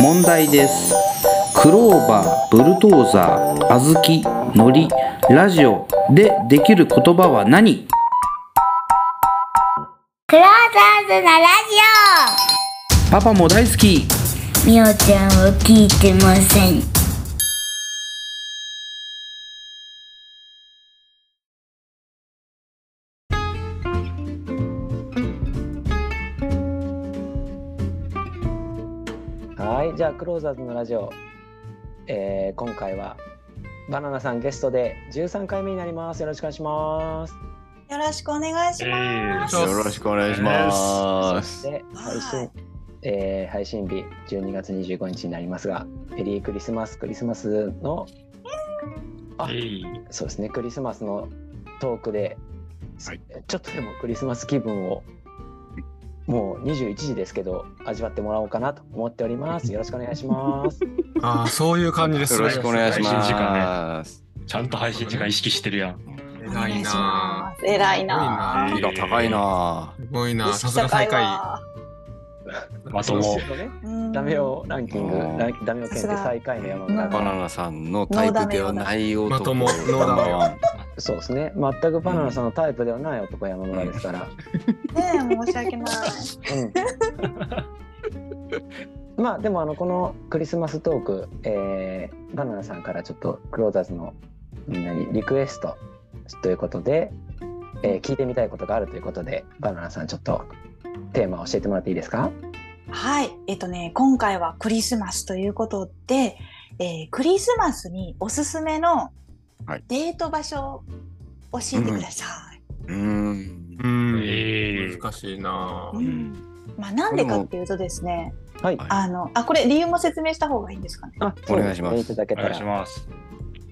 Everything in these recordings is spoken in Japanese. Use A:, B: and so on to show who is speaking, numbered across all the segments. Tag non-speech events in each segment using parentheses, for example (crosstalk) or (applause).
A: 問題ですクローバーブルトーザー小豆のりラジオでできる言葉は何
B: クローザーズのラ
A: パパも大好き
B: ジオみおちゃんは聞いてません
C: はい、じゃあクローザーズのラジオ、えー、今回はバナナさんゲストで13回目になります。よろしくお願いします。
D: よろしくお願いします。
E: よろしくお願いします。
C: で、
D: はい
C: 配信、えー配信日12月25日になりますが、メリークリスマスクリスマスのあそうですねクリスマスのトークで、
E: はい
C: ちょっとでもクリスマス気分をもう21時ですけど味わってもらおうかなと思っております。よろしくお願い
E: (laughs)
C: します。
F: ああ、そういう感じです
E: よ
F: ね。
E: ろしくお願いし
G: 配信時間ね
E: ます。
G: ちゃんと配信時間意識してるやん。
F: 偉いな
D: す。偉い
F: ぁ。
D: な
E: 意識が高いな
F: すごいな
D: ぁ。
F: ぁ。さすが最下位。
G: まとも。
D: うん
C: ダメ。をランキング、
E: うん
C: ランダメを検定最下位の山
E: ぁ。
C: 村
E: バ
C: が、
E: ナナさんのタイプではない男。
F: まともノーダメよ
E: ナ
C: そうですね、全くバナナさんのタイプではない男山村ですから。
D: ねえ、申し訳ない。
C: (laughs) うんまあでもあのこのクリスマストーク、えーバナナさんからちょっとクローザーズのみんなにリクエストということで、えー聞いてみたいことがあるということでバナナさんちょっとテーマを教えてもらっていいですか
D: はい。えっとね、今回はクリスマスということで、えークリスマスにおすすめの
E: はい
D: デート場所を教えてくださ
E: う
D: い。
E: ーん。
F: うん。
G: ええ
F: 難しいな
D: う
F: ぁ。
D: んまあ、なんでかっていうとですね、
C: はい
E: はい
D: あの、あ、これ理由も説明した方がいいんですかね。
C: あ
E: お願いします
C: そうですねいただけ
G: お
C: た
G: 願いし
C: ら
G: ます。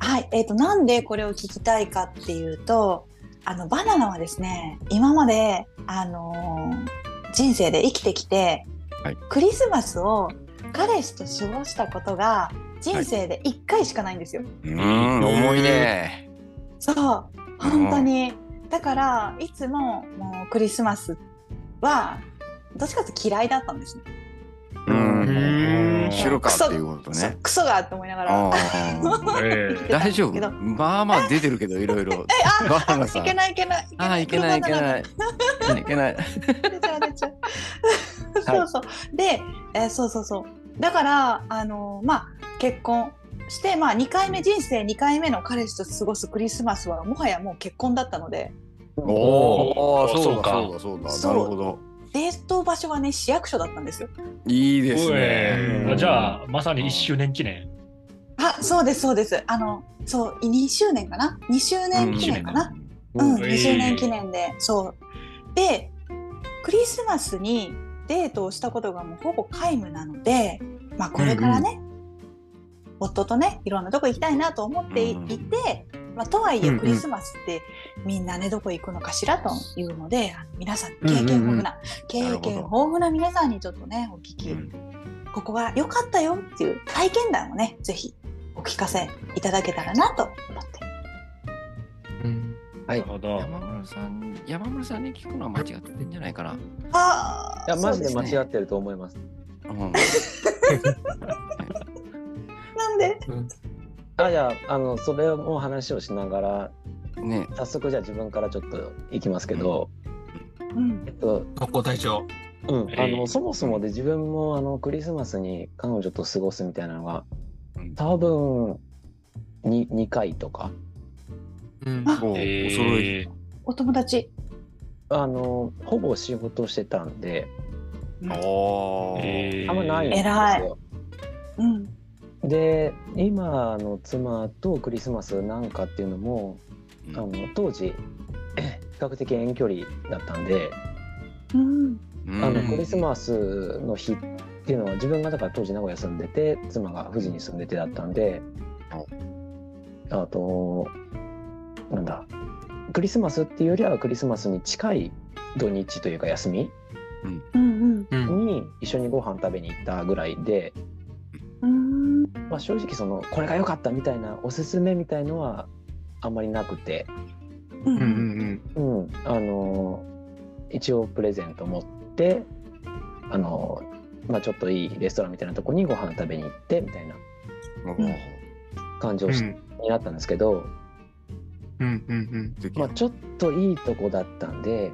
D: はい、えっ、と、なんでこれを聞きたいかっていうと、あの、バナナはですね、今まで、あのー人生で生きてきて、
E: はい
D: クリスマスを彼氏と過ごしたことが人生で1回しかないんですよ。
E: うーん、重いね。
D: そう、本当に。だから、いつももうクリスマスは、どっちかっていうと嫌いだったんですね。
E: う。
F: うんーん。
E: 知るかっていうこと
D: そう
E: ね。
D: クソがと思いながら (laughs)
E: あ。ー
G: ええ
E: 大丈
D: け
E: 夫
D: ど
E: まあまあ出てるけど、いろ
D: (laughs)
E: いろ。バナナさ
D: い
E: ん
D: け。ないいけない。
E: ああ、いけないいけ
D: い
E: ない。いけない。
D: 出ちゃう出ちゃう。
C: (laughs) はい
D: そうそう。で、えーそうそうそう。だから、あのーまあ、結婚して、まあ、2回目、人生2回目の彼氏と過ごすクリスマスは、もはやもう結婚だったので、
E: おお、
G: ー
E: そうだ
G: そ
E: そううだそうだ。
D: そう
E: なるほど。
D: デート場所はね、市役所だったんですよ。
E: いいです
G: お
E: ね
G: い。あじゃあ、まさに1周年記念。
D: あ、そうです、そうです。あの、そう、2周年かな ?2 周年記念かなうん、
G: うん
D: 2周年記念で、そう。で、クリスマスにデートをしたことがもうほぼ皆無なので、まあこれからね、夫とね、いろんなとこ行きたいなと思ってい
E: うん
D: いて、まあとはい
F: うん
D: え
F: うん
D: クリスマスってみんなね、どこ行くのかしらというので、あの皆さん経験豊富な、経
E: な
D: 験
E: るほど
D: 豊富な皆さんにちょっとね、お聞き、
E: うん
D: ここは良かったよっていう体験談をね、ぜひお聞かせいただけたらなと思って。
F: うん
C: は
G: ないる
C: い
G: ほど。
E: 山村さんに、山村さんに聞くのは間違ってんじゃないかな。
D: ああ、
C: やマジで
D: そうすね
C: 間違ってると思います
E: うん。
D: なんで
C: あじゃああのそれも話をしながら
E: ね、
C: 早速じゃあ自分からちょっといきますけど、
D: うん
C: えっと
F: 特攻隊長。
C: うん、あ
G: え
C: の
G: ー
C: そもそもで自分もあのクリスマスに彼女と過ごすみたいなのが
E: うん
C: 多分に2回とか
F: うん。
D: あ
E: おお揃い。
G: ええ
D: お友達。
C: あのほぼ仕事してたんで
E: おー
G: ええ
C: あんまないんです
D: 偉
C: よ。
D: うん。
C: で今の妻とクリスマスなんかっていうのも、
E: うん
C: あの当時比較的遠距離だったんで、
D: うん。
E: うん
C: あ
F: う
C: の
F: ん
C: クリスマスの日っていうのは自分がだから当時名古屋住んでて妻が富士に住んでてだったんであとなんだクリスマスっていうよりはクリスマスに近い土日というか休み
D: うん。
F: うん。
C: に一緒にご飯食べに行ったぐらいで、
D: うん。
C: まあ、正直そのこれが良かったみたいなおすすめみたいのはあんまりなくて、
D: う。
F: うんうんん
C: うん、あの一応プレゼント持ってあの、ままあ、ちょっといいレストランみたいなとこにご飯食べに行ってみたいな
D: うん
C: 感じ
F: う
C: をし、
F: ん
C: になったんですけど、
F: うんうん
H: 素敵
C: まあ、ちょっといいとこだったんで、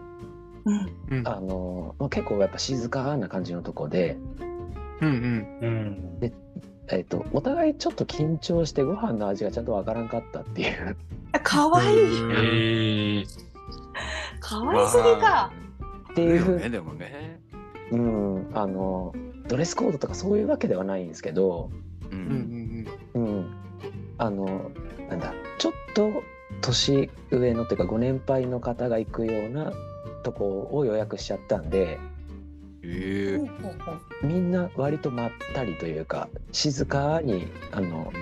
D: うん
F: うん
C: あのまあ、結構やっぱ静かな感じのとこで、
G: う
F: うん
G: ん。
C: えっとお互いちょっと緊張してご飯の味がちゃんとわからんかったっていう
D: かわいい。
F: う
G: え
F: ん
G: え。
D: かわいすぎか。
C: っていうふう
H: ね、でもね。
C: うん、あのドレスコードとかそういうわけではないんですけど、
H: う。
F: うんん
C: うん、あのなんだちょっと年上のっていうかご年配の方が行くようなとこを予約しちゃったんで
H: ええ。
C: みんな割とまったりというか静かにあの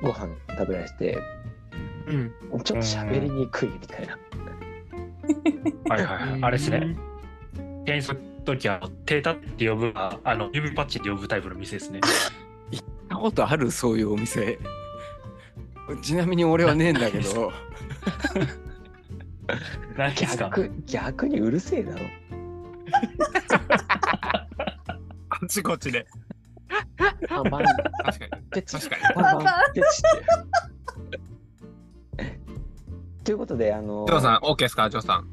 C: ご飯食べられて
F: うんうん
C: ちょっと喋りにくいみたいな。
G: はいはいはい。あれですね。店員するときは、手立って呼ぶか、あの、指パッチンで呼ぶタイプの店ですね。
H: 行ったことあるそういうお店。 (laughs) ちなみに俺はねえんだけ
C: (laughs)
H: ど。
G: 何ですか
C: 逆逆にうるせえだろ
F: あっちこっちで。
C: あバン
F: 確かに。
C: ペチ
F: 確かに
C: バンバンペチって。 (laughs) ということであの
F: ジョーさん、OK ですか、ジョーさん。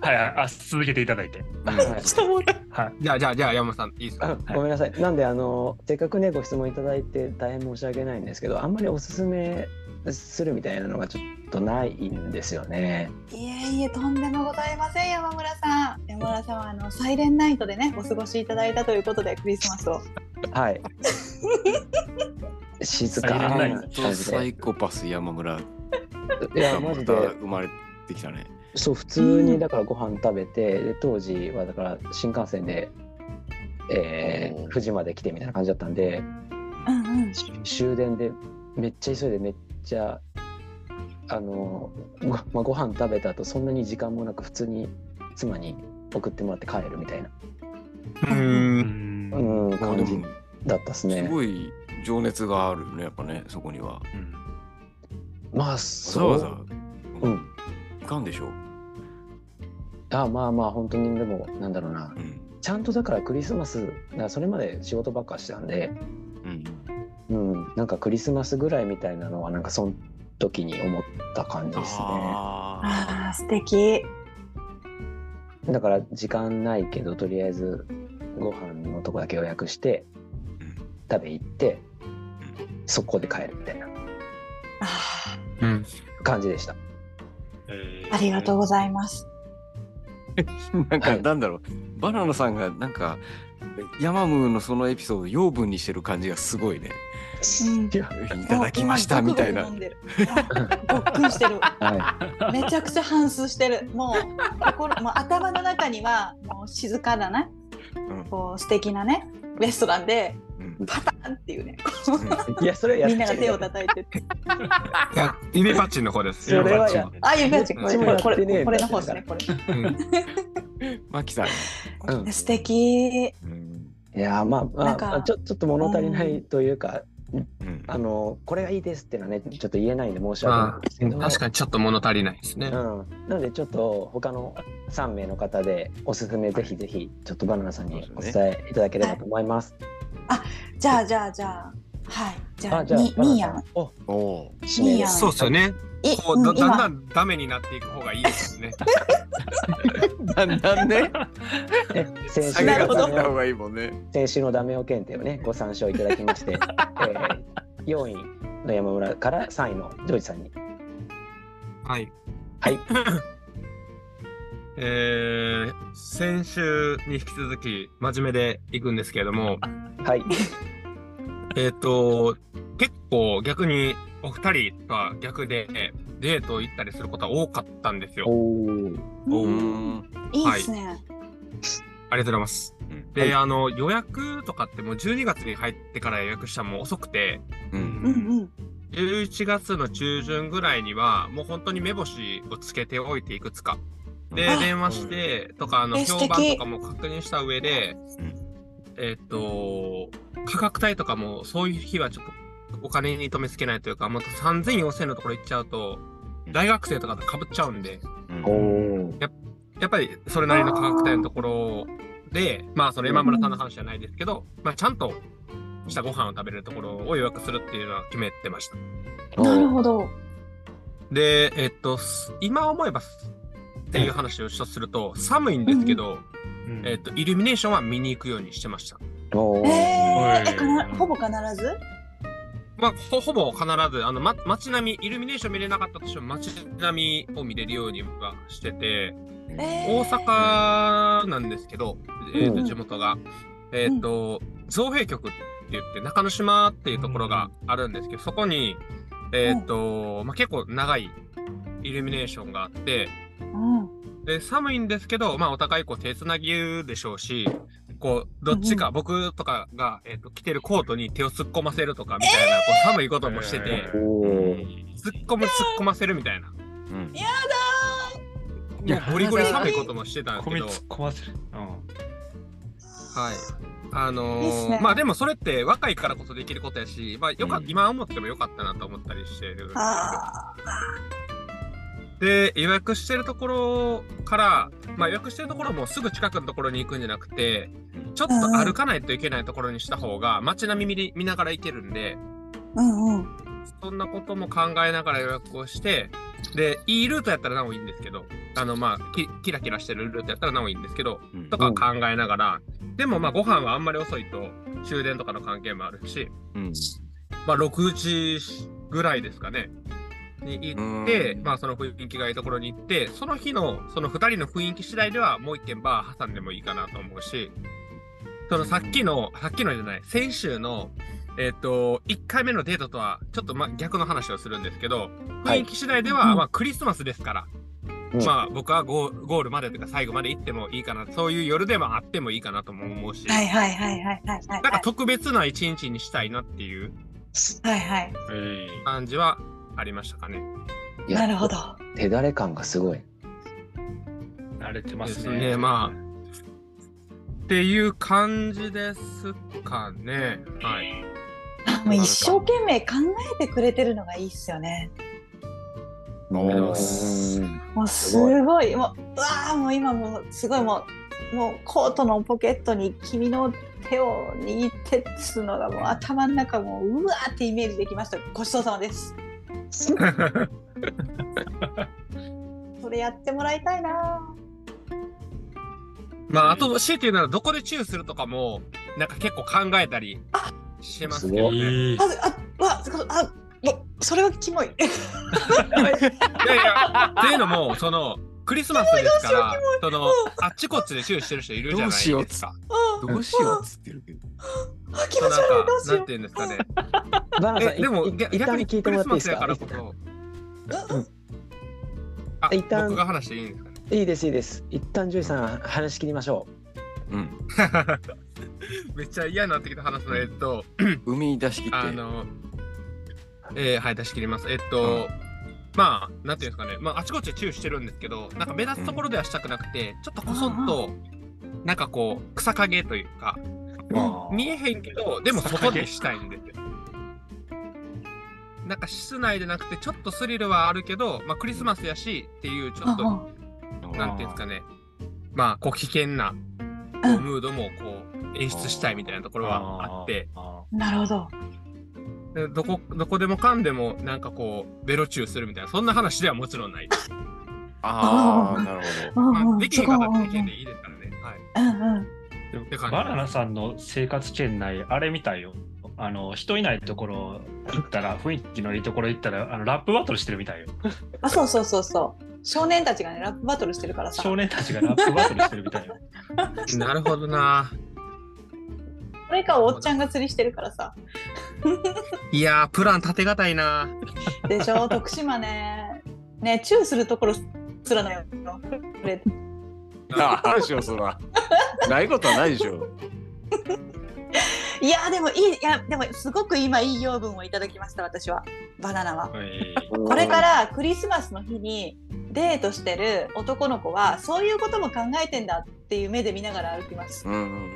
G: はいはい。あ、続けていただいて。
C: はい
D: ちょっともう
F: じゃあ、じゃあ、じゃあ、山本さん、いいですか。
C: あごめんなさい、なんであのせっかくねご質問いただいて大変申し訳ないんですけどあんまりおすすめするみたいなのがちょっとないんですよね。
D: いえいえ、とんでもございません、山村さん。山村さんはあのサイレンナイトでね、お過ごしいただいたということで、クリスマスを。
C: はい、静か
G: 入れ
C: な
G: ない
H: 本
C: 感
H: 当
C: じ
H: サ
C: で
H: イコパス山村
C: いや
H: が
C: マ
H: ま
C: ジ
H: た
C: で
H: 生まれてきたね。
C: そう普通にだからご飯食べてで当時はだから新幹線で、えー、富士まで来てみたいな感じだったんで
D: うんうん。
C: 終電でめっちゃ急いでめっちゃあのご,、まあ、ご飯食べた後そんなに時間もなく普通に妻に送ってもらって帰るみたいな、
G: う
F: う。
G: んん。う
C: う
G: ん
C: ん、
H: まあで
C: 感じ
H: も
C: だったです
H: す
C: ね。
H: ごい情熱があるねやっぱねそこには。
C: まあ
H: わざ
C: そう
H: わざ。
C: う
H: うんん。いかんでしょ。
C: あまあまあ本当にでもなんだろうな
H: うん。
C: ちゃんとだからクリスマスだからそれまで仕事ばっかしてたんで、
H: う
C: う
H: ん。
C: ん、なんかクリスマスぐらいみたいなのはなんかその時に思った感じですね。
H: あ
D: ああ、素敵。
C: だから時間ないけどとりあえずご飯のとこだけ予約して食べ行ってそこで帰るみたいな
D: あー
F: うん。
C: 感じでした。
D: ありがとうございます。
H: ー (laughs) な
C: は
H: んか
C: い
H: なんだろうバナナさんがなんかヤマムーのそのエピソードを養分にしてる感じがすごい
D: う
H: ね。
D: ん
C: いや
H: (laughs) いただきましたみたいな。
D: ごくごく飲んでるあごっくんして
H: (laughs)
D: る。
C: は
D: めちゃくちゃ反数してる。もう心、もう頭の中にはもう静かだね。
H: うん
D: こう素敵なね、レストランで
H: うん
D: パタンっていうね。
C: い、いやそ (laughs) れはやっ
D: み
C: ちゃい
D: んなが手を
C: ない
D: 叩いてる。
F: いや、指パッチンの方で
C: そ
F: す。
C: れはや
G: や。
D: あ、ゆめちゃん、これ、こ
C: ど
D: れ、こ
C: っちもやってねえんだ
D: れこれの方ですね。これ。
F: うん
H: マキさん。
C: うん
D: 素敵。
H: うん。
C: いやまあま
D: な
C: あ
D: んか
C: まあちょちょっと物足りないというか、
H: うん
C: あのこれがいいですっていうのはねちょっと言えないんで申し訳ないんですけど、
F: 確かにちょっと物足りないですね。
C: うん、なのでちょっと他の3名の方でおすすめぜひぜひちょっとバナナさんにお伝えいただければと思います。
D: じゃあ、じゃあ、じゃあ。はい。じゃあ、
C: あじゃあ
D: に、
C: バナ
D: に
C: ナ
D: や
C: さ
D: ん
C: ん。お
H: おおー。
C: 指名
D: いい
C: で
D: やん
C: す
F: そうですよね。
D: い、
F: こ
D: う
F: うだ
D: ん
F: だんだ
D: 今。
F: んダメになっていく方がいいですよね。
H: だんだんね。
C: え先
H: 下
C: 週
H: げ
D: なるほ
H: がつ
D: ど
H: いた方がいいもんね。
C: 先週のダメを検定をねご参照いただきま
F: (laughs)
C: して、えー、4位の山村から3位のジョージさんに
F: はい。
C: はい。
F: (laughs) えー、先週に引き続き真面目でいくんですけれども、
C: はい
F: えっ、と、結構逆にお二人とは逆でデート行ったりすることは多かったんですよ。
C: お
H: う
D: うん
H: ん。
D: いいですね。
F: ありがとうございます。
H: うん
F: で、あの、予約とかってもう12月に入ってから予約したらもう遅くて、
H: うん。
D: うん、うん。
F: 11月の中旬ぐらいには、もう本当に目星をつけておいていくつか。で、
H: あ
F: 電話して、とか、あの、
D: え
F: 評
D: 素
F: 判と
D: 敵
F: かも確認した上で
H: うん、
F: えっと、価格帯とかも、そういう日はちょっとお金に留めつけないというか、また3000、4000のところ行っちゃうと、大学生とかと被っちゃうんで、
H: うん
C: お
F: やっぱりそれなりの価格帯のところで、まあ、その山村さんの話じゃないですけど、まあ、ちゃんとしたご飯を食べれるところを予約するっていうのは決めてました。
D: なるほど。
F: で、えっと、す今思えばすっていう話を一つすると、寒いんですけど、
G: うん
F: えっと、イルミネーションは見に行くようにしてました。
C: お
D: え
C: ー
D: ー、
G: は
D: え
G: い
D: かなほぼ必ず
F: まあ、ほほぼ必ず、あの、ま、街並み、イルミネーション見れなかったとしても、街並みを見れるようにはしてて、
D: 大
F: 大阪なんですけど、えー
C: う
F: と
D: ん
F: 地元が、えーと造幣局って言って中之島っていうところがあるんですけどそこに、えーとまあ、結構長いイルミネーションがあって
D: うん
F: で寒いんですけど、まあ、お互いこう手つなぎ言うでしょうしこうどっちか僕とかが、えー、と着てるコートに手を突っ込ませるとかみたいなこう寒いこともしてて
G: え
C: お
G: ー
C: ー
F: 突っ込む突っ込ませるみたいな。
H: うん
D: やだ
G: いや
F: もうゴリゴリ寒いこともしてたんです
G: 込
F: け
G: み
F: ど。
G: 突っ込ませる。うん
F: はい。あのー
D: いいっすね
F: まあでもそれって若いからこそできることやし、まあよか、
H: うん
F: 今思ってもよかったなと思ったりしてる
D: ー。あ
F: で、予約してるところから、まあ予約してるところもすぐ近くのところに行くんじゃなくて、ちょっと歩かないといけないところにした方が街並み見り見ながら行けるんで、
D: ーうんうん
F: そんなことも考えながら予約をして、で、いいルートやったらなおいいんですけど、あの、まあ、きキラキラしてるルートやったらなおいいんですけど、
H: うん
F: とか考えながら、でもまあ、ご飯はあんまり遅いと終電とかの関係もあるし、
H: うん
F: まあ、6時ぐらいですかね、に行って、
H: うん
F: まあ、その雰囲気がいいところに行って、その日の、その2人の雰囲気次第では、もう一軒バー挟んでもいいかなと思うし、そのさっきの、さっきのじゃない、先週の、えっ、と、1回目のデートとは、ちょっとま逆の話をするんですけど、
C: はい
F: 雰囲気次第では、
D: うん
F: まあ、クリスマスですから、
C: うん
F: まあ、僕はゴーゴールまでというか、最後まで行ってもいいかな、そういう夜でもあってもいいかなとも思うし、
D: はいはいはいはいはいはい
F: なんか特別な一日にしたいなっていう
D: はいはい
G: え
F: 感じはありましたかね。
C: いや
D: なるほど
C: 手だれ感がすごい。
G: ー慣れてま
F: ですす
G: ね。
F: ねまっていう感じですかね。はい。
D: あもう一生懸命考えてくれてるのがいいっすよね
H: お
C: う
H: ー
C: ん
D: もうすごいもううわーもう今もうすごいもうもうコートのポケットに君の手を握ってっつうのがもう頭の中もううわーってイメージできましたごちそうさまですそれやってもらいたいな
F: まあ、あと、強いて言うなら、どこでチューするとかも、なんか結構考えたりしてますけ
G: え
F: どね。い
G: ー
D: ああわあもうそれはキモい
F: やいや、っていうのも、その、クリスマスですから、その、あっちこっちでチューしてる人いるじゃないですか。
H: どうしようっつっ
D: うん
H: どうしようっつってるけど。
D: あ気持
F: なん
D: ち悪いどう
F: か、
D: し
F: なん
D: よ
F: ていうんですかね。
C: バナナさん、
F: え、でも、
C: いい
F: 逆
C: 一旦
F: に
C: 聞い
F: ク
C: ても
F: リ
C: らっ
F: ス
C: ていいです
F: マスやか
C: から一
F: こ
C: 旦
F: そ。
D: う。
F: あ、
C: 一旦
F: 僕が話していいんですかね。
C: いいです、いいです。一旦獣医さん、話し切りましょ
H: うん。
F: めっちゃ嫌になってきた話の、えっと、
H: 海出し切って。
F: あの、えー、はい、出し切ります。えっと、まあ、なんていうんですかね、まあ、あちこちでチューしてるんですけど、なんか目立つところではしたくなくて、ちょっとこそっと、なんかこう、草陰というか、
G: まあ
F: 見えへんけど、でも外でしたいんですよ。なんか室内でなくて、ちょっとスリルはあるけど、まあ、クリスマスやしっていう、ちょっと、なんていうんですかね、まあ、こう、危険な、こう
D: うん
F: ムードも、こう、演出したいみたいなところはあって、。
G: あ
D: なるほど
F: でどこどこでもかんでもなんかこうベロチューするみたいなそんな話ではもちろんないです、
H: ああ、なるほ (laughs) ど。
F: ま
D: う
F: あ、
D: ん
F: できへんかったらできへんでいいですからね、はい、
D: うんうん
G: ーでも
F: て感じ
G: バナナさんの生活圏内、あれみたいよ。あの人いないところ行ったら、雰囲気のいいところ行ったら、あのラップバトルしてるみたいよ。
D: あそうそうそうそう少年たちがねラップバトルしてるからさ
G: 少年たちがラップバトルしてるみたい
D: (laughs)
G: よ。
F: なるほどな
D: それかおっちゃんが釣りしてるからさ
F: いやープラン立てがたいな
D: でしょ (laughs) 徳島ねねチューするところすらないよで
H: ああるでしょ、そら。ないことはないでしょ。
D: いやでもいいいやでもすごく今いい養分をいただきました私はバナナは
G: え
C: う。
D: これからクリスマスの日にデートしてる男の子はそういうことも考えてんだっていう目で見ながら歩きます
H: うん。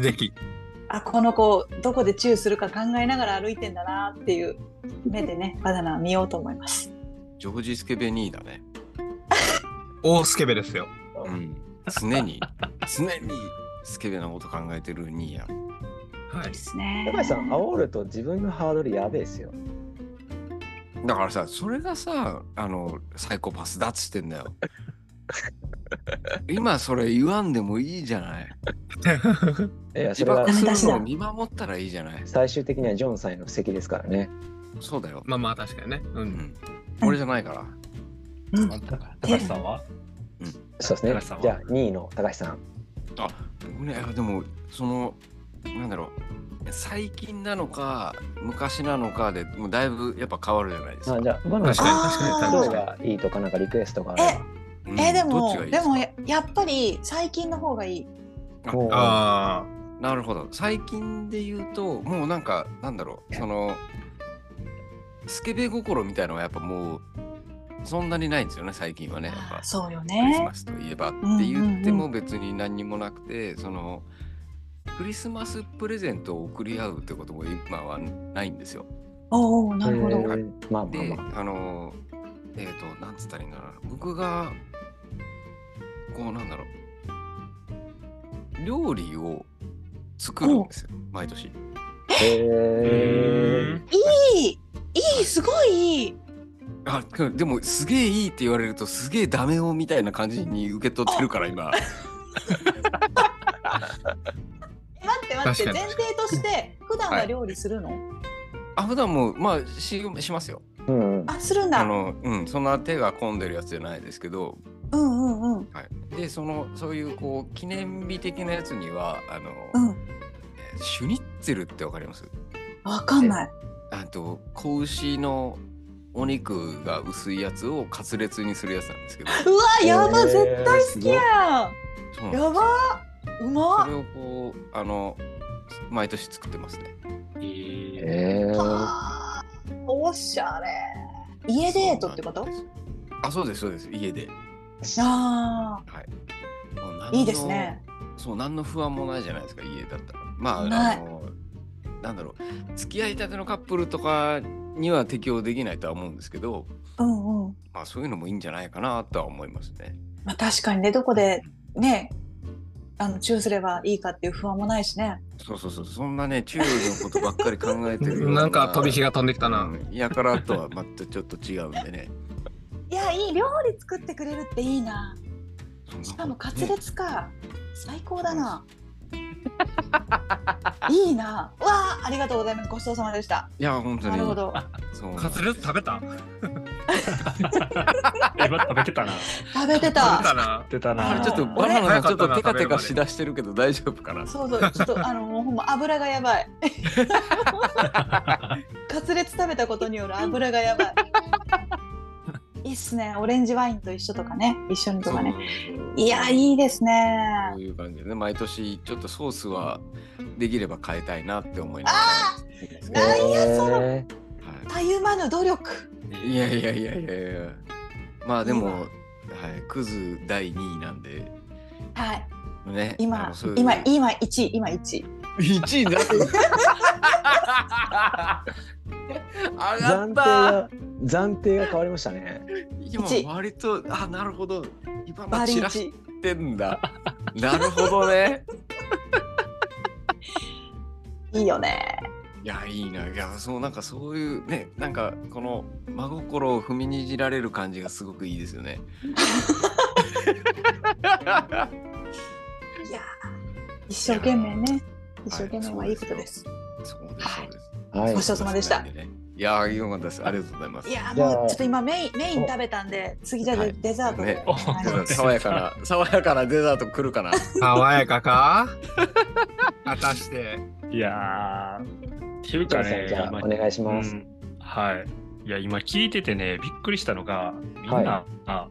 F: ぜひ
D: あこの子どこでチューするか考えながら歩いてんだなっていう目でねバナナを見ようと思います
H: ジョージ・スケベニーだね。
F: 大スケベですよ
H: うん。常に、常にスケベなこと考えてる兄やん。
F: はい
D: で。すね。
C: 高橋さん、煽ると自分のハードルやべえですよ。
H: だからさ、それがさ、あの、サイコパスだっつってん
C: (laughs)
H: だよ。今それ言わんでもいいじゃない。
C: いや、
H: 自
C: それは
H: 爆するのを見守ったらいいじゃない。
C: 最終的にはジョンさんへの布石ですからね。
H: そうだよ。
F: (laughs) まあまあ確かにね。う。
H: うんん。俺じゃないから。
D: うん
G: 高橋さんは
C: そうですね
G: 高橋さん。は
C: じゃあ、2位の高橋さん。
H: あ僕ねあでもそのなんだろう最近なのか昔なのかでもうだいぶやっぱ変わるじゃないですか。
C: あじゃあ、バナナ
F: 確
C: さ
F: か
C: ん、
F: に確かに
D: あー
F: 確か
C: ど
F: に
C: う。がいいとか、なんかリクエストがあれ
D: え、
H: うん
D: えで
H: どっ
D: も
H: ちがいい
D: です
H: か
D: もややっぱり最近の方がいい。
H: あ
C: もう
F: あ
H: なるほど最近で言うともうなんかなんだろうそのスケベ心みたいのはやっぱもうそんなにないんですよね最近はねやっぱ
D: そうよ
H: クリス
D: ね
H: マ。スといえばって言っても別に何にもなくて、そのクリスマスプレゼントを贈り合うってことも今はないんですよ。
D: おおなるほど。
C: え
D: う
C: ーまあまあ
H: で
C: まあ。、
H: あの、えっ、と、なんつったらいいんだろうな。僕が、こう、なんだろう。料理を作るんですよ、毎年。
F: あ。
C: えー
D: いいいいすごいいい。
H: あ、でも、すげえいいって言われると、すげえダメ男みたいな感じに受け取ってるから、今。
D: 待って待って
F: 確
D: 前
F: かに
D: 提として普段は料理するの？
H: あ、普段も、まあ、し、しますよ。
C: うん。
D: あするん
H: あ
D: だ。うん
H: の、うん、そんな手が込んでるやつじゃないですけど。
D: うんうん
H: はい。で、その、そういう、こう、記念日的なやつには、あの、
D: うん。
H: えーシュニッツェルってわかります
D: わかんない。
H: あと子牛のお肉が薄いやつをカツレツにするやつなんですけど
D: うわやば、
C: えー
D: 絶対好きや。
H: そうん
D: (laughs) や
H: なんですよ
D: ばうま
H: それをこうあの毎年作ってますね
G: えー
C: えー
D: はあおしゃれ。家デートってこと
H: そう？なんですあそうですそうです家で
D: あ
H: もう何
D: あ
H: の
D: いいですね。
H: そう何の不安もないじゃないですか家だったらまあ
D: ない
H: あのなんだろう付き合いたてのカップルとかには適用できないとは思うんですけど
D: うんうん。
H: まあそういうのもいいんじゃないかなとは思いますね
D: まあ確かにねどこでねあのチューすればいいかっていう不安もないしね。
H: そうそうそうそんなね中国のことばっかり考えてるよう
F: (laughs) なんか飛び火が飛んできたな。
H: うん、やからとはまたちょっと違うんでね。
D: いやいい料理作ってくれるっていいな。しかもカツレツか、最高だな。いいな。わあありがとうございます。ごちそうさまでした。
H: いや本当
D: な
H: に。
D: るほど。
H: そう
F: カツレツ食べた食
G: え、ま食べてたな。
D: 食べて
F: べ
D: た。
F: た
D: (laughs)
F: な。
G: 食べてた
H: あ
G: な。
H: れちょっと
D: あー
H: バナナ
F: 俺
H: がちょっとテカテカしだしてるけど大丈夫かな。
D: そうそう。ちょっとあのもうほんま油がやば
H: (laughs)
D: い。カツレツ食べたことによる油がやばい。いいっすね。オレンジワインと一緒とかね。一緒にとかね。いや
H: い。
D: いいですね。
H: そういう感じでね毎年ちょっとソースはできれば変えたいなって思いながら
D: ーなんやその
C: え
D: たゆまぬ努力。
H: はい。いやいやいやいやいや。まあで
D: いい
H: も
D: わ
H: はいクズ第2位なんで
D: はい。
H: ね。あ
D: 今
H: のそういう
D: 今今一位今一位。
H: 1位になってる
C: ー
H: 上
C: 暫定
H: がった
C: が、暫定が変わりましたね。
H: (laughs) 今
D: 一位
H: 割とあなるほど今
D: バ
H: も
D: リ
H: 散ら
D: 一
H: し
D: 位。
H: てんだなるほどね
D: いいよね。
H: いやいいないやそうなんかそういうねなんかこの真心を踏みにじられる感じがすごくいいです
D: (laughs)
H: よね
D: いやー一生懸命ね一生懸命はいいことです。
H: そうですそうです
C: はい
D: ご。ちそうさまでした
H: そうなんねいやーよかったですありがとうございます
D: いやー
C: じゃあ
D: もうちょっと今メインメイン食べたんで次じゃあ
H: はい
D: デデザートで
H: ね
D: お願いし
H: ちょ
D: ま
H: っ
D: す
H: と爽やか (laughs) な爽やかなデザート来るかな
F: 爽やかか果たして。
G: いやー、っていう
C: ジョ
G: か
C: ンさん、
G: ね、
C: じゃあ、
G: まあ
C: お願いします
G: う。んはい。いや、今聞いててね、びっくりしたのが、みんな、
C: は
G: あ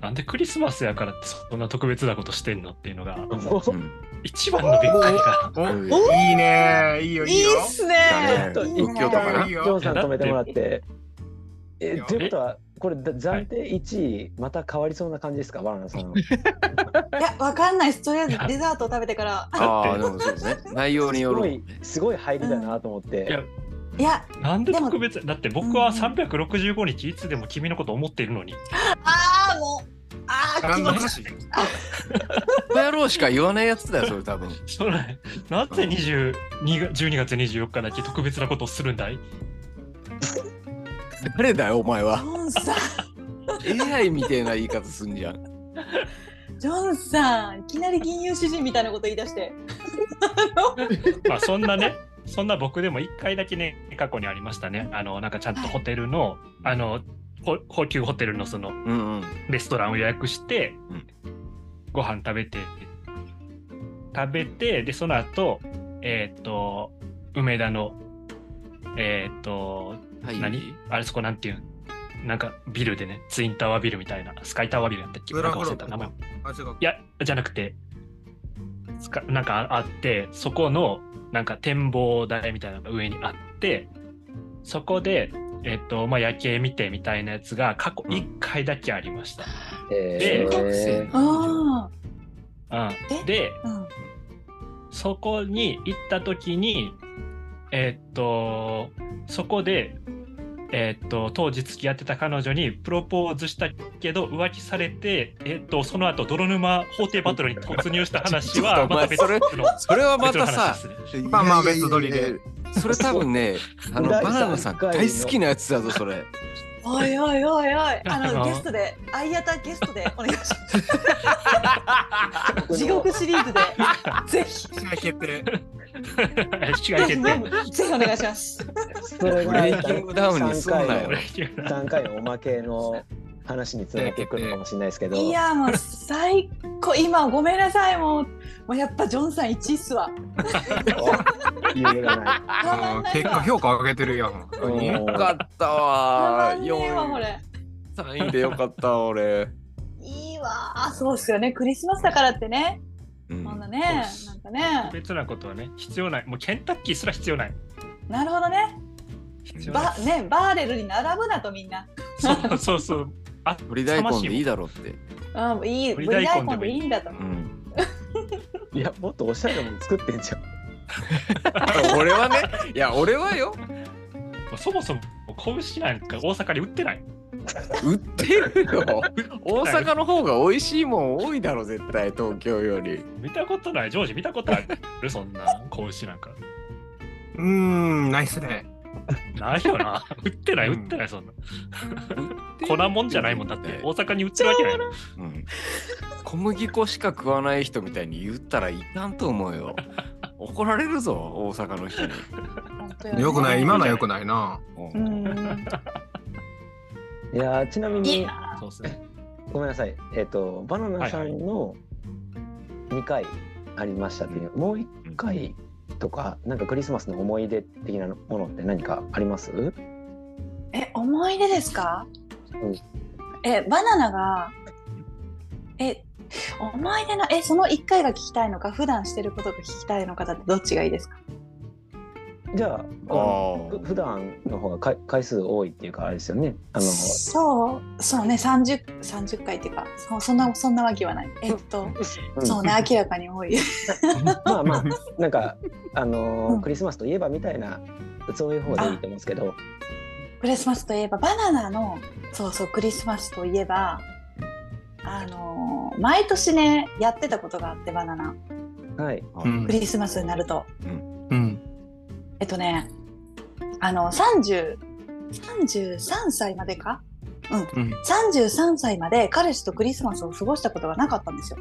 G: なんでクリスマスやからってそんな特別なことしてんのっていうのが、
H: うん
G: 一番のびっくりが。
F: お
H: うん
F: いいねいいよいい
D: いい
F: よ
D: っ。すね
H: だ
D: い
H: ね
D: いね
H: 仏教とかな
F: いう
C: ジ
F: い
C: ョン
F: よ。
C: さん止めてもらって。え
F: や
C: ということは、これだ暫定1位、また変わりそうな感じですか、バナナさん。す
D: いやわかんないですとりあえずデザートを食べてから
H: ああでもそうですね内容によ
C: ご
H: る
C: い、すごい入りだなと思っ
G: いや
C: て。
D: いや
G: なんで特別だって僕は
D: うん
G: 365日いつでも君のこと思っているのに。
D: あーもうああ、気
F: 何の
D: 持ちいい。
F: 話
H: バ野郎しか言わないやつだよ、それ多分。
G: それ、なぜ22が12月24日だけ特別なことをするんだい
H: 誰だよ、お前
D: ジ
H: は。
D: ョンさ
H: AI みたいな言い方すんじゃん。
D: ん、ジョンさん、いきなり銀融詩人みたいなこと言い出して。
G: まあそんなね、 (laughs) そんな僕でも一回だけね、過去にありましたね。あの、なんかちゃんとホテルの、あの、こ高級ホテルのその
H: うんうん。
G: レストランを予約して、
H: うん
G: ご飯食べて、食べて、で、その後、えーっ、と、梅田の、えーっ、と、
H: はい。
G: 何あれそこなんていうんなんかビルでね、ツインタワービルみたいな、スカイタワービルやったっけなんか忘れた名前。
F: あ、違う。
G: いや、じゃなくて、つかなんかああって、そこのなんか展望台みたいなのが上にあって、そこで、えっと、まあ、夜景見てみたいなやつが過去
H: うん
G: 1回だけありました。
C: え
G: で
H: 学生
C: ー
H: の
D: あ
G: うん、
D: で
G: で、
D: あ、うん。
G: そこに行った時に、えっと、そこで、えっと、当時付き合ってた彼女にプロポーズしたけど浮気されて、えっと、その後泥沼法廷バトルに突入した話
H: ちょ
G: は
H: っと
G: また
H: お前
G: 別の
H: それはまた
G: 別の話
H: さ
G: で、すね
H: (laughs)
F: まあまあ別撮りで。
H: それ多分ね、あのバ
C: 第
H: ナナさん
C: 三回の
H: 大好きなやつだぞ、それ。
D: おいおいおいおい、あ
G: あ
D: の
G: の
D: ゲストで、相方ゲストでお願いします。地獄シリーズで、ぜひ、
F: 試合決定。
G: 違
D: ぜ
G: い決
D: ひ、
G: 定。
D: ぜひお願いします。
C: それ
H: ブ
C: が
H: レイキングダウンにすんなよ。
C: 3回のおまけの話につながってくるかもしれないですけど
D: いや、もう最高、今ごめんなさい、もう、もうやっぱジョンさん一位っすわ。
C: 理由がない
D: たまんないわ
F: 結果評価上げてるやん。本当に
C: うん
H: よかった
D: たま
H: わ。
D: んねえわ、こ
H: 4
D: れ。
H: 位、3位でよかったわ、俺。
D: いいわー、そうっすよね、クリスマスだからってね、
H: うん
D: そんなね
G: そうっ、す
D: なんかね、
G: 別なことはね、必要ない。もうケンタッキーすら必要ない。
D: なるほどね、
G: 必要な
D: バ
G: い。
D: ね、バーレルに並ぶなとみんな。
G: そうそうそう。あ、
H: 鳥大根でいいだろうって。
D: あーいい、
G: ぶ
D: ぶ
G: り
D: り
G: 大
D: 大
G: 根で
D: 根
G: も
D: で
G: いい
D: いいんだと。
H: うん。
C: いやもっとおしゃれなもの作ってんじゃん
H: 俺はね、いや、俺はよ、
G: そもそも拳なんか大阪に売ってない。
H: 売ってるよ。大阪の方が美味しいもん多いだろ、絶対、東京より。
G: 見たことない。ジョージ見たことあるそんな拳なんか。
F: うーん、ナイスね。
G: ないよな。売ってない、
F: う
G: 売
F: ん
G: ってない、そんな。粉もんじゃないもんだって。大阪に売ってるわけない。
H: うん小麦粉しか食わない人みたいに言ったらいかんと思うよ。怒られるぞ、大阪の人に。
D: 本当よね
F: よくない、今のはよくないな。
H: うん
D: うん。
C: いやちなみ (laughs) に
G: そうっすね。
C: ごめんなさいえっ、とバナナさんの2回ありましたっていう、もう1回とかなんかクリスマスの思い出的なものって何かあります
D: え、思い出ですか
C: うん。
D: え、バナナが。え、思い出の、え、その一回が聞きたいのか、普段してることが聞きたいのかだって、どっちがいいですか。
C: じゃあ
H: あ
C: こ
H: ー
C: のふ普段の方が回回数多いっていうかあれですよねあの
D: そう、そうね、三十、三十回っていうか、そう、そんな、そんなわけはない。えっと、
C: うん
D: そうね、明らかに多い。 (laughs)
C: まあまあなんかあのー
D: うん
C: クリスマスといえばみたいなそういう方でいいと思うんですけど
D: クリスマスといえばバナナのそうそうクリスマスといえばあのー毎年ねやってたことがあってバナナ
C: はい
H: うん
D: クリスマスになると
F: うん。
D: えっとねあの3033歳までか
F: うん。
D: 33歳まで彼氏とクリスマスを過ごしたことがなかったんですよ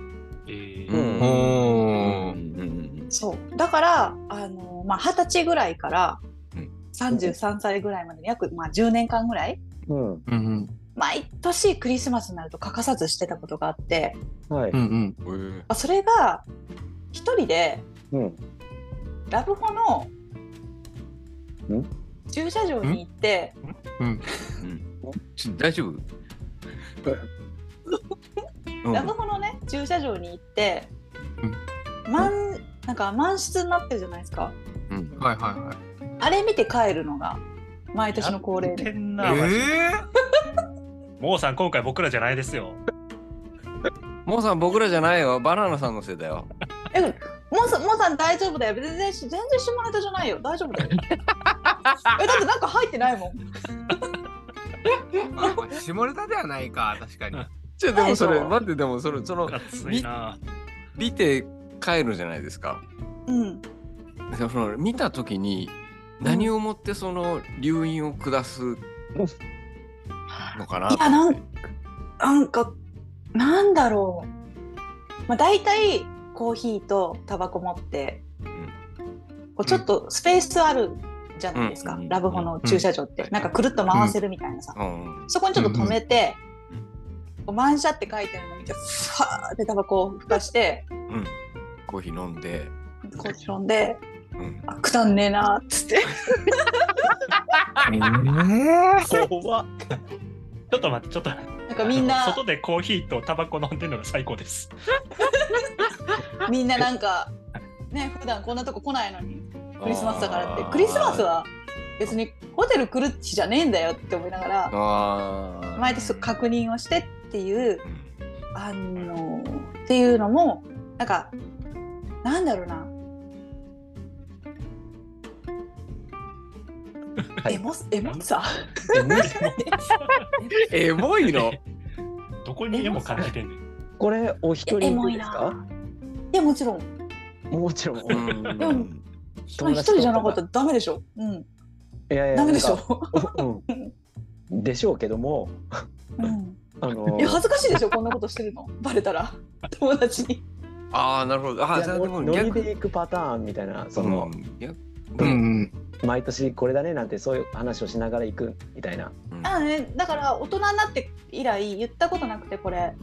G: え
H: う
G: ー
H: ん
F: おー。
H: うん
D: そうだからあのーまあ二十歳ぐらいから
H: うん
D: 33歳ぐらいまでの約、まあ、10年間ぐらい
C: うん
F: うん。
D: 毎年クリスマスになると欠かさずしてたことがあって
C: はい
F: うん。
H: うん
D: まあそれが一人で
C: うん
D: ラブホの
C: ん
D: 駐車場に行って
H: ち大丈夫うん
D: ラブホのね駐車場に行って
F: うん
D: 満なんか満室になってるじゃないですか
H: うん
F: はいはいはい。
D: あれ見て帰るのが毎年の恒例
G: やって
D: で
G: んな、マジで
F: え
G: もうさん、今回僕らじゃないですよ。
H: モーさん、僕らじゃないよ。バナナさんのせいだよ。
D: えもうさもうさん大丈夫だよ全然し全然下ネタじゃないよ大丈夫だ
H: (laughs)
D: よえだってなんか入ってないもん
F: え。下ネタではないか、確かに。
H: じゃあでもそ
D: ない
H: れ
D: でしょ
H: 待ってでもそれその
G: 熱いな。
H: 見て帰るじゃないですか。
D: うん。
H: でもその見た時に何をもってその留飲を下すのかな。
D: いやなんなんかなんだろう、まあ、大体コーヒーとタバコ持って、こうちょっとスペースあるじゃないですか、
H: うん
D: ラブホの駐車場って、なんかくるっと回せるみたいなさ、
H: うん。
D: そこにちょっと止めて「こう満車」って書いてあるの見てふわーってタバコをふかして
H: うん。コーヒー飲んで。
D: こう飲んで
H: うん
D: 「あくだんねえな」っつって
G: 怖っちょっと待って、ちょっと待って。
D: なんかみんな
G: 外でコーヒーとタバコ飲んでるのが最高です。
D: みんななんかね普段こんなとこ来ないのにクリスマスだからって
H: あー
D: クリスマスは別にホテル来る日じゃねえんだよって思いながら
H: ああ。
D: 毎年確認をしてっていう
H: うん。
D: あのっていうのもなんかなんだろうな、
C: はい
D: エモエモ (laughs) さ
H: エモいの。
G: (laughs) どこにでも感じてんねん。
C: これお一
D: エ
C: 人
D: モ
C: で
D: い
C: ですか
D: な。いやもちろん
C: もちろん。
H: うん。
D: ん一
C: 友達と
D: 人じゃなかったらダメでしょ、うん、
C: いやいや
D: ダメでし。
C: なんか
D: ょ、
C: うんでしょうけども、
D: うん、
C: あの
D: いや恥ずかしいでしょこんなことしてるのバレたら友達に
H: ああなるほど。ああ
C: いや
H: じゃあでも
C: ノリ
H: 逆
C: で行くパターンみたいなその、
H: うん逆
E: うん。
C: 毎年これだねなんてそういう話をしながら行くみたいな。
H: うん
D: (laughs) あね、だから大人になって以来言ったことなくてこれ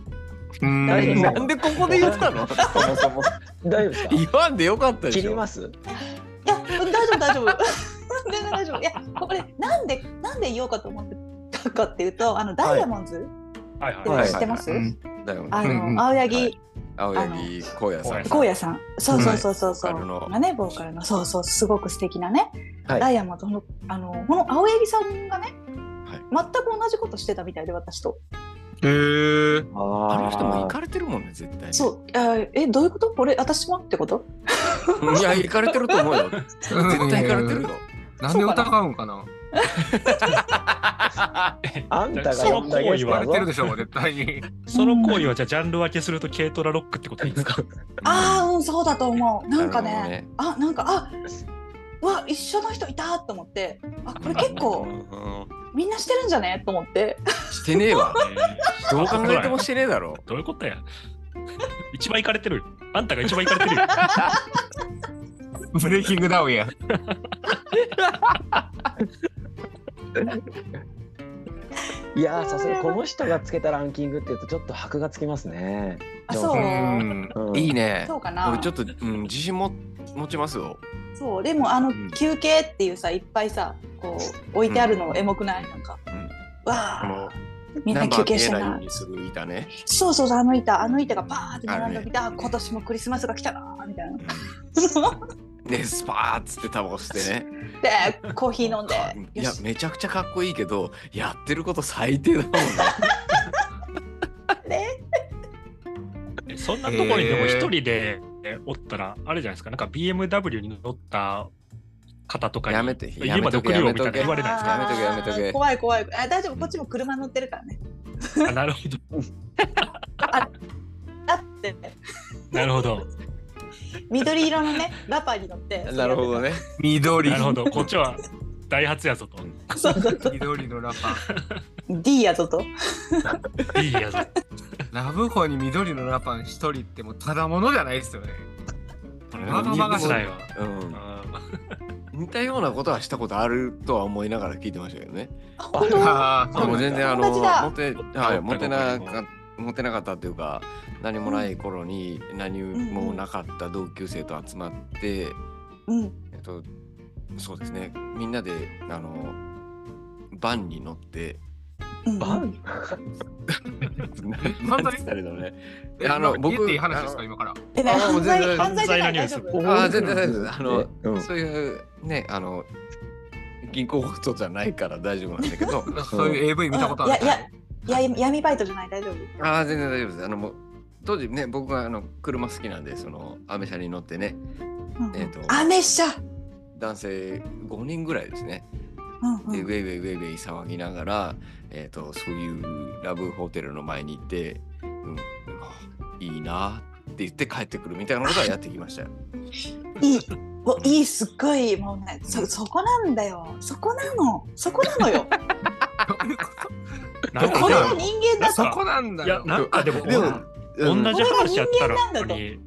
E: うん。
C: 大丈夫
H: なんでここで言っ
C: (laughs)
H: たの？
C: そもそも大丈夫ですか？
H: 言わんでよかったで
C: 切
H: し
C: り
H: ょ
C: ま。す。
D: いや大丈夫大丈夫 (laughs) 全然大丈夫いやこれなんでなんで言おうかと思ってたかっていうとあのダイヤモンズ
G: はいはい。
H: はい
D: 知ってます、
E: うん
H: だよね。
D: あの、
E: うんうん
D: 青
H: は
D: 柳
H: い青柳高野さん。
D: 光也さんそうそうそうそうそう、
H: ボーカルの
D: がねボーカルのそうそうすごく素敵なね、
C: はい
D: ダイヤモンドのあのこの青柳さんがね、
H: はい
D: 全く同じことしてたみたいで私と
F: へえ。
H: あの
C: あ
H: 人も行かれてるもんね絶対に。
D: そうあーえどういうことこれ私もってこと
H: いや行かれてると思うよ。絶対行かれてるよ。
F: なんで疑うんかな
C: あんたが
G: そ
C: や
G: の
C: っ
G: 行
C: たゲ
G: 為
C: ス
F: 言
C: だ
F: わ
G: は、
F: れ
C: ぞ
F: てるでしょ、絶対に。
G: その行為はじゃあジャンル分けすると軽トラロックってことでいいですか
D: ああうんそうだと思うなんかね
H: なるほどね
D: あなんかあうわ一緒の人いたと思ってあこれ結構
H: うん
D: みんなしてるんじゃねと思って
H: してねえわ。どう考えてもしてねえ
G: (laughs)
H: だろ。
G: どういうことや一番行かれてるよあんたが一番行かれてる
H: (laughs)
G: よ
F: ブレイキングダウンや。
C: いやーさすがこの人がつけたランキングって言うとちょっと箔がつきますね。
D: あそうう、
H: ん
C: うん
H: いいね
D: そ。うかな
H: 俺ちょっとうん自信も持ちますよ。
D: そうでもあの、
H: うん
D: 休憩っていうさいっぱいさこう置いてあるのエモくないなんか、
H: うん
D: わ
H: こ
D: あ
H: の
D: みんな休憩して
H: ナンバー見えないよ
D: な
H: う
D: い
H: にする板ね。
D: そうそうそうあの板あの板がバーって並んで
H: あるね
D: みてあ今年もクリスマスが来たなみたいな
H: ねスパーッつってタバコ吸ってね。
D: でコーヒー飲ん
H: か
D: で
H: い
D: よ
H: や
D: し
H: めちゃくちゃかっこいいけどやってること最低だもんね。
G: えそんなところにでも一人でえおったらあれじゃないですかなんか BMW に乗った方とかに
H: やめてや
G: 家
H: め
G: まで
H: とけ
G: 送る
H: や
G: よ
H: め
G: みたい
H: と
G: な
H: け
G: 言われないですか
H: やめとけやめとけ
D: あー怖い怖いあ大丈夫こっちも車乗ってるからね
G: あなるほど
D: だって
G: なるほど
D: 緑色の
H: (laughs)
D: ねラパーに乗って
H: なるほどね。
F: 緑
G: なるほどこっちはダイハツやぞと
D: そうそうそう
F: 緑のラパー。
D: D やぞと
G: いいやぞ
F: ラブホに緑のラパン一人ってもうただものじゃないですよね。わがまがし
G: し
F: な
G: ないいわ
H: うん、似たようなことはしたことあるとは思いながら聞いてましたけどね。
D: あ本当
F: あ
H: でも全然あの
D: 友達だ
H: モテ、はい、モテなか
G: う
H: モテなかったというか何もない頃に何もなかった同級生と集まって、
D: うん
H: えっとそうですねみんなであのバンに乗って
D: うん
C: バン
H: 何て言ったらいいんだろうね。いやあ
F: あ
H: の
F: の、僕。
H: 僕
F: 言っていい話ですか、今から。
D: でね
H: あも
D: 犯
H: う全
D: 罪
H: 然
D: 犯罪じゃない大
G: 犯罪
D: 丈
G: のニュース
D: 夫
H: (laughs) あー全然大丈夫ですあの
C: うん
H: そういうねあの銀行ことじゃないから大丈夫なんだけど
F: そういう AV 見たことある。
D: うんいやいやや闇バイトじゃない大丈夫
H: ああ全然大丈夫ですあのもう当時ね僕はあの車好きなんでそのアメ車に乗ってね
D: うん
H: えーと
D: アメ車
H: 男性5人ぐらいですね
D: うんう
H: で、ウ
D: ん
H: ェイウェイウェイウェイ騒ぎながら、えー、とそういうラブホテルの前に行って、うん、いいなって言って帰ってくるみたいなことはやってきましたよ。
D: いいおいいすっごいもうねそそこなんだよそこなのそこなの
H: (laughs)
D: よ
G: なん
D: これが
G: か、
D: 人間だ
G: そ
F: (laughs) そ
G: こ
F: こなんだ
G: いや
F: よ、。
G: なんかでも、
H: でもうん
G: 同じ話やったの
D: これが
G: に、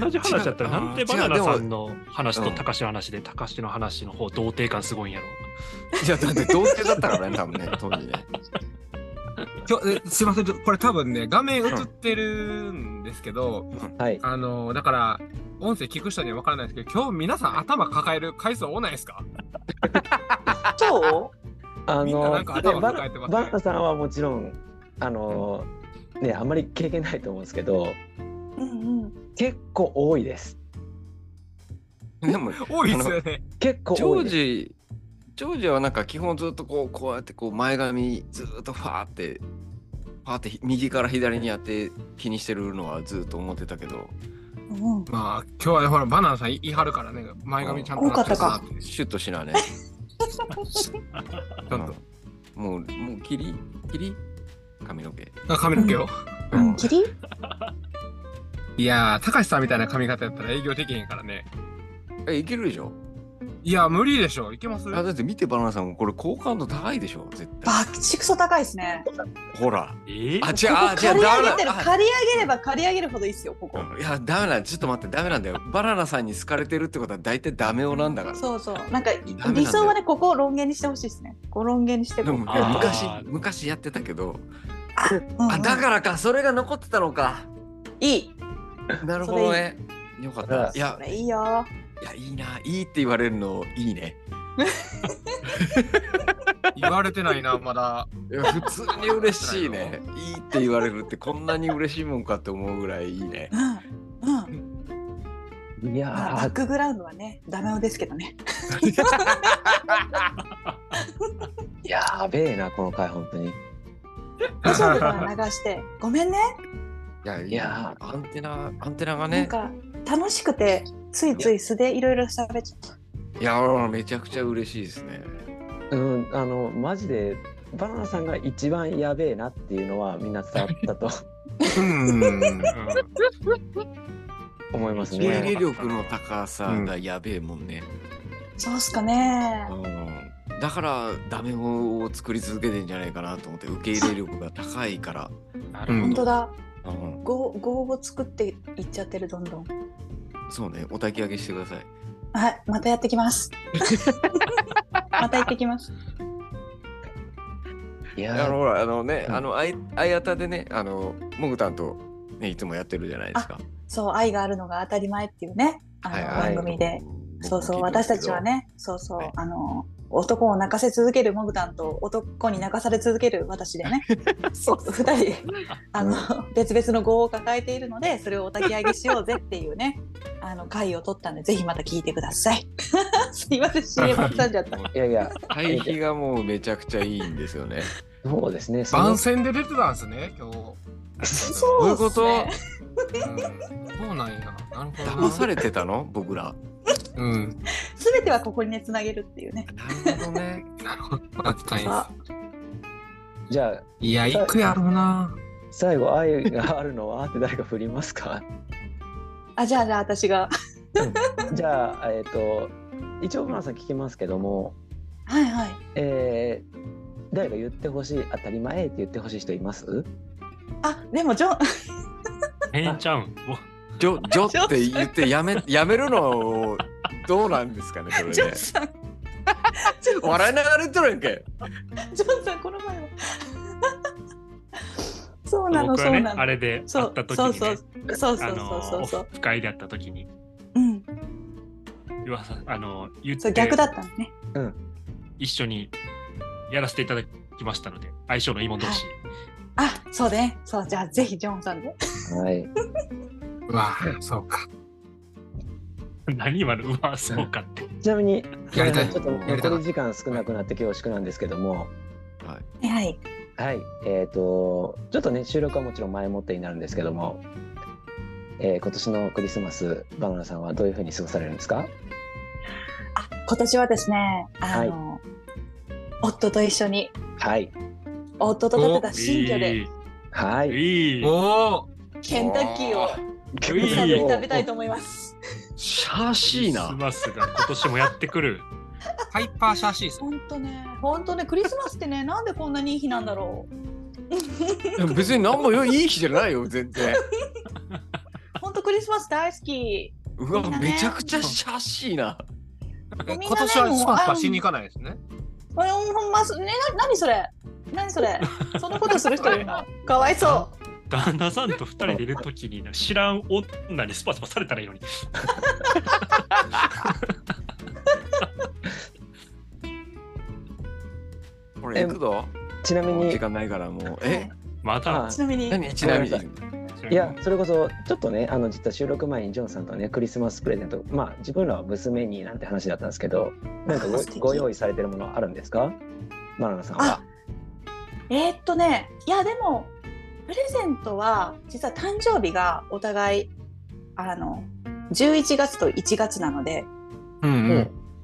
G: 同じ話やったら、
H: 違う
G: なんで
H: あー
G: バナナ
H: 違うでも
G: さんの話と
H: うん
G: たかしの話で、たかしの話の方、童貞感すごいんやろ。
H: いやだって童貞だったからね多分ね当時ね。
F: 今日えすいません、ちょこれ多分ね、画面映ってるんですけど、
C: はい。
F: あのだから、音声聞く人には分からないですけど、今日皆さん頭抱える回数多ないですか
D: そう
C: あ
F: みんなな
C: の、
F: んか頭
C: でバ
F: 抱えてますね
C: バナナさんはもちろん、あの、ね、あんまり経験ないと思うんですけど、
D: うんうん
C: 結構多いです。
H: でも
F: 多いですよね。
C: 結構
H: ジ
C: 多
H: ョ
C: い
H: ー
C: です。
H: ジジョージはなんか基本ずっとこうこうやってこう前髪ずっとファーってファーって右から左にやって気にしてるのはずっと思ってたけど
D: うんうん
F: まあ、今日はねほら、バナナさん言い張るからね、前髪ちゃんとなってるなって
H: シュッとしないね。
F: ちゃんと。
H: うんもうもう切り切り髪の毛。
F: あ髪の毛を。
D: うんキリ
F: いやー、高橋さんみたいな髪型やったら営業できへんからね。
H: えいけるでしょ
F: いやー、無理でしょ。いけます
H: あだって見てバナナさんもこれ好感度高いでしょ絶対。
D: バチクソ高いですね
H: ほら。
G: え
H: あ
G: ー、
H: 違う
D: こ
H: あ
D: こ
H: 違
D: 刈
H: う
D: り
H: ダ
D: 上
H: メ
D: げてる
H: だ。
D: 刈り上げれば刈り上げるほどいいっすよここ
H: いやダメなんちょっと待ってダメなんだよバナナさんに好かれてるってことは大体ダメ男なんだから
D: そうそうなんか
H: メなんだよ
D: 理想はねここを論言にしてほしいですねこう論言にして
H: で
D: こう
H: も
G: あー
H: 昔昔やってたけど
D: うんうん
H: あだからかそれが残ってたのか
D: いい
H: なるほどねよかったいや
D: それいいよ
H: いやいいないいって言われるのいいね
F: 言われてないな、まだ。
H: いや普通に嬉しい
D: (laughs)
H: ねいいって言われるってこんなに嬉しいもんかって思うぐらいいいね
D: うんうん
C: いや
D: まあバッ
C: ー、
D: クグラウンドはねダメ男ですけどね
C: やべえな、この回、本当に。
D: 大丈夫から流
H: (laughs)
D: してごめんね
H: いやい
C: いや
H: アンテナアンテナが
D: なん
H: ね
D: か楽しくてついつい素でいろいろ喋っちゃった
H: いやめちゃくちゃ嬉しいですね
C: うん、あの、マジで、バナナさんが一番やべえなっていうのは、みんな伝わったと
F: うん。
C: 思います
F: (laughs)
H: 注意
C: ね。
H: 力の高さがやべえもんね、
D: そうっすかね
H: うんだからダメ語を作り続けてんじゃないかなと思って受け入れ力が高いから、
G: なるほ
D: 本当
G: ど。
D: だ
H: うん
D: 語語を作っていっちゃってるどんどん
H: そうねお焚き上げしてください
D: はいまたやってきます
H: (laughs)
D: また行ってきます
C: い
H: あ
C: や
H: の
C: ー、
H: ほらあのね、
C: うん
H: あのあいあやたでねあのモグタンと、ね、いつもやってるじゃないですか
D: そう愛があるのが当たり前っていうねあの、
H: はい
C: はい
D: 番組でそうそう私たちは、ねそうそう、
H: はい
D: あの男を泣かせ続けるモグタンと男に泣かされ続ける私でね (laughs) そう2人 (laughs) あの、別々の業を抱えているのでそれをお焚き上げしようぜっていうねあの回を取ったんでぜひまた聞いてください (laughs) すいません CM 挟んじゃ (laughs) った
C: いやいや、
H: 対比がもうめちゃくちゃいいんですよね
C: そうですね。その
F: 番宣で出てたんですね、今日。
D: そうう
H: い
D: いうう
H: こ
D: ことと
F: うんそうなんや。なるほどな。
H: 騙されてたの
D: (laughs)
H: 僕ら
F: うん。
D: 全てはここにねつなげるっていうね
H: なるほどね
F: なるほど。確かに
D: さ
C: じゃあ、
F: いや、行くやろうな。
C: 最後、愛があるのはって誰か振ります
H: (laughs)
C: か
D: あじゃあじゃあ私が
C: じゃあ、えっ、と、一応、バナナさん聞きますけども、
D: はいはい
C: えー、誰か言ってほしい、当たり前って言ってほしい人います
D: あでもジョン
G: ええんちゃうん。
H: 「ジョ」ジョって言ってやめやめるのどうなんですかねそれ
D: ジョ
H: ね
D: ンさん (laughs)
H: 笑いながら言っとるやんけ
D: ジョンさんこの前は (laughs) そうなの、
G: 僕
D: そ
G: は
D: う
G: ね、
D: な
G: あ
D: の
G: れで
D: そ
G: 会っ
D: う
G: た時
D: そう
G: に
D: そう
G: ね、
D: そう
G: あ
D: そう
G: の
D: そうそう
G: 不快であった時に、
D: うん
G: うわあの言っ
D: そう
G: て
D: 逆だったのね
G: 一緒にやらせていただきましたので、相性のいいもん同士。
D: あそうねそうじゃあぜひジョンさんで
C: はい。
F: うわ、そうか。
G: 何今のうわそうかって。
C: ちなみに、
F: やりたい
C: ちょっと
H: やりたか
C: 残
H: った
C: り時間少なくなって恐縮なんですけども、
H: はい
D: はい
C: はい、えっ、と、ちょっとね、収録はもちろん前もってになるんですけども、えー今年のクリスマス、バナナさんはどういうふうに過ごされるんですか
D: あ今年はですねあの、夫と一緒に
C: はい。
D: 夫と建てた新居
G: い
D: で
C: はい。
G: いいい
F: おお
D: ケンタッキーを
G: いい
D: 久々に食べたいと思います。
H: シャーシ
G: ク
H: ーな。
G: リスマスが今年もやってくる。
F: ハイパーシャーシーさん
D: 本当ね、本当ね、クリスマスってね、なんでこんなにいい日なんだろう。
H: いや別に何もよいい日じゃないよ、全然。
D: 本当クリスマス大好き。
H: う
D: みん
H: わ、
D: なね
H: めちゃくちゃシャーシーな。
D: みんなね
F: 今年はスパスパしに行かないですね
D: あれ、ほんま、ね、な、なにそれ。なに
C: (laughs)
D: それ。そんなことする人いるの。かわいそ
G: 旦那さんと二人でいるときに知らん女にスパスパされたらいいのに。
H: これ、行くぞ。
C: ちなみ
H: もう時
C: に、
H: 間ないから、もう。
D: う。
H: え、
G: また
C: あ
D: ちなみに。
H: 何ちなみに。
C: ごめいや、それこそ、ちょっとね、あの、実は収録前にジョンさんとね、クリスマスプレゼント、まあ、自分らは娘になんて話だったんですけど、なんかご
D: あ素敵
C: ご用意されてるものあるんですかバナナさんは
D: あ。えーっとね、いや、でも。プレゼントは、実は誕生日がお互い。あの。11月と1月なので、
F: うんうん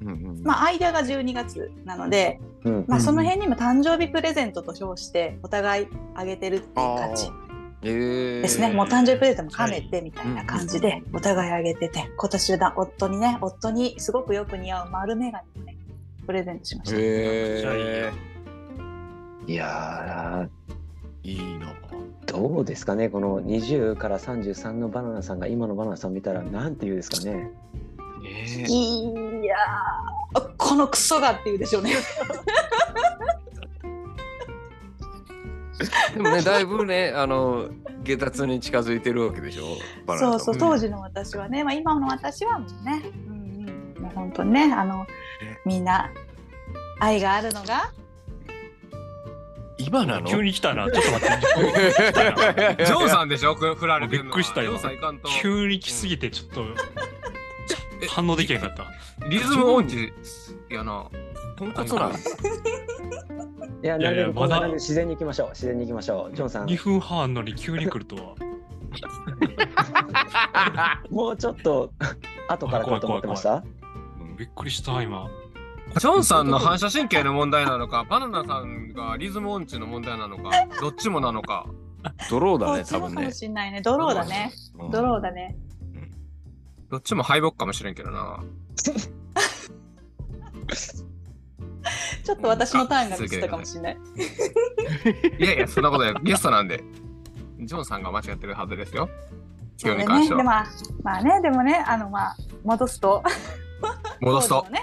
H: うんうん
D: まあ、間が12月なので、
C: うん。
D: まあ、その辺にも誕生日プレゼントと称してお互いあげてるっていう
H: あ
D: 感じ
H: えー
D: ですね、もう誕生日プレゼントも兼ねてみたいな感じでお互いあげてて今年だ夫にね夫にすごくよく似合う丸眼鏡をねプレゼントしました、
H: え
C: いや
H: ー、いいな。
C: ー、どうですかね、この20から33のバナナさんが、今のバナナさんを見たら、なんて言うんですかね。
H: えー、
D: いやーこのクソがっていうでしょうね
H: でもね、だいぶね、あの、下達に近づいてるわけでしょ。バナナ
D: そうそ
H: さん
D: う
H: も
D: 当時の私はね、まあ、今の私はもうね、うんうん、もう本当にねあのみんな愛があるのが
H: 今なの (laughs)
G: 急に来たな。ちょっと待って。 (laughs)
F: ジョンさんでしょふ振られてるのは
G: びっくりしたよ
F: ジョンさんいかんと
G: 急に来すぎてちょっと
F: え
G: 反応できなかった。
F: リズム音痴やな
H: ポンコツな。
C: いや、
G: い
C: な
G: や
C: るべ
G: いや
C: くこんな
G: まだ
C: 感じで自然に行きましょう。自然に行きましょう。ジョンさん
G: 2、分半のに急に来るとは。
C: もうちょっと後から来ると思ってました
G: びっくりした今。
F: ジョンさんの反射神経の問題なのか、バナナさんがリズム音痴の問題なのか、どっちもなのか。
H: ドローだ
D: こっ
H: ね、
D: ち
H: 多
D: も
H: 分
D: か
H: ね
D: も。しんないねドローだね
H: うん
D: ドローだね
F: どっちも敗北かもしれんけどな。
D: ちょっと私のターンが来てたかもしれない
F: いやいや、そんなことない。ゲストなんで。ジョンさんが間違ってるはずですよ。
D: そ
F: 今
D: う
F: 日
D: だ
F: に
D: ね。で
F: 関して
D: も
F: は。
D: まあまあねでもねあのまあ戻すと
F: 戻すと
D: 当時。のね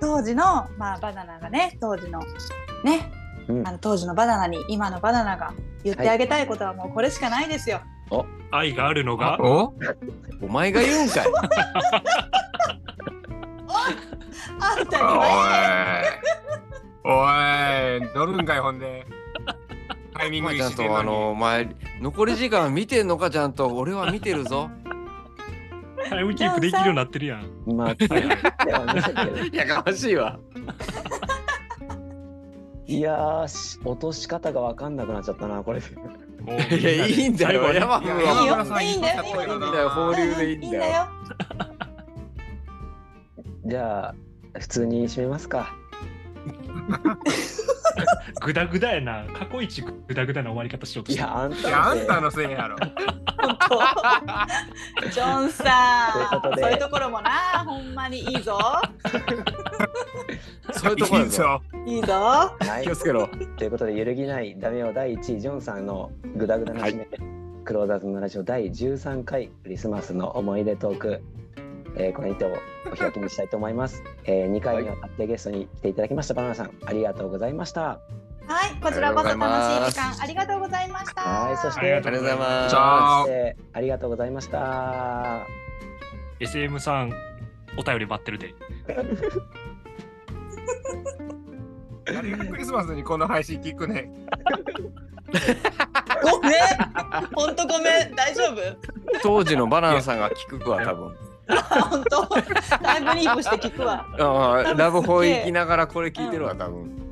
D: 当時のまあバナナがね当時のね
C: うん
D: あの当時のバナナに今のバナナが言ってあげたいことはもうこれしかないですよ。
G: 愛があるのが
F: お
H: お前が言うんかい。
D: あんたには
F: おい。おい。乗るんかい、ほんで。タイミン
H: お
F: グ
H: 前
F: に
H: ちゃん
F: してん
H: とあの、
F: の
H: お前、残り時間見てんのか、ちゃんと。俺は見てるぞ。
G: (laughs) タイムキープできるようになってるやん。
C: まあ、 (laughs) では見せてる
H: やかましいわ。
C: いやーし、落とし方が分かんなくなっちゃったな、これ。
G: もう
H: いや、いいんだよ。
G: 最
H: ヤ
G: 後はね
H: マフ
D: いいよい
H: は。
D: いんだよ
H: いいんだよ放流でいいんだよ
C: じゃあ、普通に締めますか。
G: グダグダやな。過去一グダグダな終わり方しようと
C: い
G: した。
C: や、あんたのせ
F: い
C: い
F: や、あんたのせいやろ。
D: 本当ジョンさん
C: ということで
D: そういうところもなほんまにいいぞ
H: そういうとこ
F: い
H: ろ
F: い
H: だぞ。
F: ぞ。
D: いいぞ
C: はい
H: 気をつけろ。
C: ということで、揺るぎないダメを第1位、ジョンさんのグダグダな締め、クローザーズのラジオ第13回、クリスマスの思い出トーク、えーこれにてお開きにしたいと思います。えー、2回にわたってゲストに来ていただきました、バナナさん、ありがとうございました。
D: はいこちらこそ楽しい時
H: ありがとうございま
D: 間ありがとうございました
C: はいそし
G: あ
C: て
G: り
H: あ
G: が
H: り
G: と
H: が
G: う
H: と
G: ご
H: うご
G: ざいます。
H: ざいます。
F: じゃあ
C: えーありがとうございました。
G: SM さん、お便り待ってるで。
F: 誰がクリスマスにこの配信聞くね。
D: ごめん本当ごめん大丈夫
H: 当時のバナナさんが聞くわ、多分。
D: 本当タイムリープして聞くわ
H: ああ、ラブホ行きながらこれ聞いてるわ、多分。